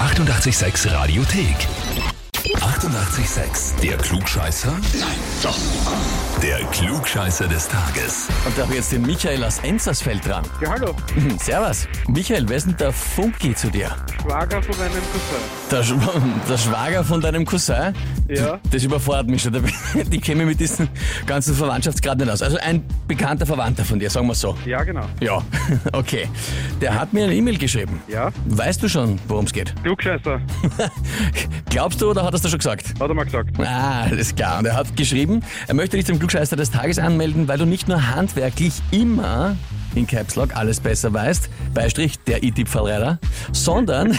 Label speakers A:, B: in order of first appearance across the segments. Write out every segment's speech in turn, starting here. A: 886 Radiothek. 88,6. Der Klugscheißer? Nein, doch. Der Klugscheißer des Tages.
B: Und da habe ich jetzt den Michael aus Enzersfeld dran.
C: Ja, hallo,
B: Hm, Servus. Michael, wer ist denn der Funky zu dir?
C: Schwager von meinem Cousin.
B: Der, Sch der Schwager von deinem Cousin?
C: Ja.
B: Das überfordert mich schon. Da bin- Ich käme mit diesem ganzen Verwandtschaftsgrad nicht aus. Also ein bekannter Verwandter von dir, sagen wir so.
C: Ja, genau.
B: Ja, okay. Der hat mir eine E-Mail geschrieben.
C: Ja.
B: Weißt du schon, worum es geht?
C: Klugscheißer,
B: Glaubst du oder hat er dir schon gesagt?
C: hat er mal gesagt.
B: Ah, alles klar. Und er hat geschrieben, er möchte dich zum Glückscheißer des Tages anmelden, weil du nicht nur handwerklich immer in Caps Lock alles besser weißt, Beistrich der E-Tipp-Fallräder, sondern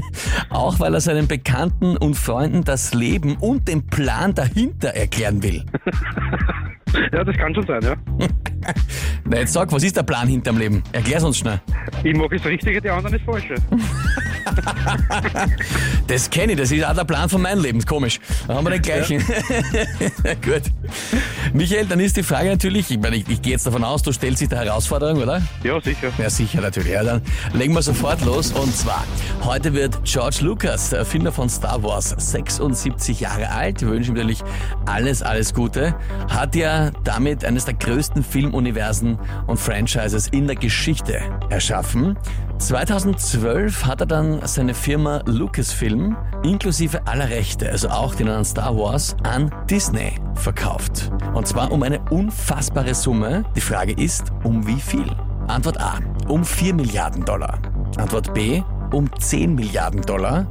B: auch weil er seinen Bekannten und Freunden das Leben und den Plan dahinter erklären will.
C: Ja, das kann schon sein, ja.
B: Na jetzt sag, was ist der Plan hinterm Leben? Erklär's uns schnell.
C: Ich mag das Richtige, die anderen das Falsche.
B: Das kenne ich, das ist auch der Plan von meinem Leben, komisch. Da haben wir den gleichen. Gut. Michael, dann ist die Frage natürlich, ich meine, ich, ich gehe jetzt davon aus, du stellst dich der Herausforderung, oder?
C: Ja, sicher.
B: Ja, sicher natürlich. Ja, dann legen wir sofort los. Und zwar, heute wird George Lucas, der Erfinder von Star Wars, 76 Jahre alt. Wir wünschen ihm natürlich alles, alles Gute. Hat ja damit eines der größten Filmuniversen und Franchises in der Geschichte erschaffen. 2012 hat er dann seine Firma Lucasfilm inklusive aller Rechte, also auch den an Star Wars, an Disney verkauft. Und zwar um eine unfassbare Summe. Die Frage ist, um wie viel? Antwort A, um 4 Milliarden Dollar. Antwort B, um 10 Milliarden Dollar.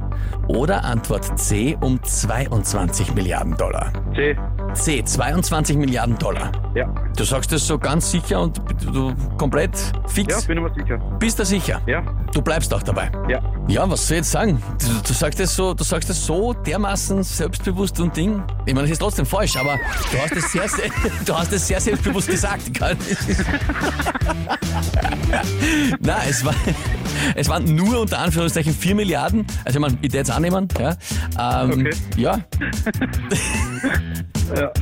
B: Oder Antwort C, um 22 Milliarden Dollar.
C: C.
B: C, 22 Milliarden Dollar.
C: Ja.
B: Du sagst das so ganz sicher und du komplett
C: Ja,
B: fix.
C: bin ich mir sicher.
B: Bist du sicher?
C: Ja.
B: Du bleibst auch dabei.
C: Ja.
B: Ja, was soll ich jetzt sagen? Du, du sagst das so, du sagst das so dermaßen selbstbewusst und Ding. Ich meine, das ist trotzdem falsch, aber du hast es sehr, se- du hast es sehr selbstbewusst gesagt. Ich kann- Na, es war, es waren nur unter Anführungszeichen 4 Milliarden. Also man, ich würde jetzt annehmen, ja. Ähm,
C: Okay.
B: Ja.
C: Ja.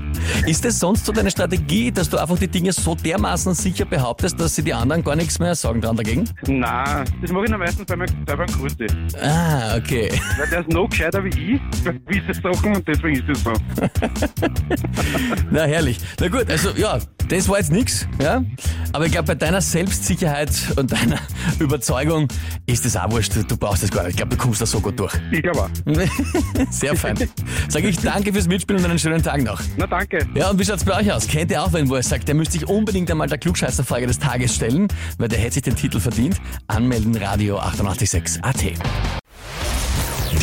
B: Ist das sonst so deine Strategie, dass du einfach die Dinge so dermaßen sicher behauptest, dass sie die anderen gar nichts mehr sagen dran dagegen?
C: Na, das mache ich am meisten bei meinem bei meinem Kursi.
B: Ah, okay.
C: Weil der ist noch gescheiter wie ich, bei gewissen Sachen und deswegen ist das so.
B: Na herrlich. Na gut, also ja, das war jetzt nix, ja. Aber ich glaube, bei deiner Selbstsicherheit und deiner Überzeugung ist das auch wurscht. Du brauchst das gar nicht. Ich glaube, du kommst da so gut durch.
C: Ich aber.
B: Sehr fein. Sage ich danke fürs Mitspielen und einen schönen Tag noch.
C: Na, danke.
B: Ja, und wie schaut's bei euch aus? Kennt ihr auch wen, wo ihr sagt, der müsste sich unbedingt einmal der Klugscheißerfrage des Tages stellen, weil der hätte sich den Titel verdient? Anmelden Radio 886 AT.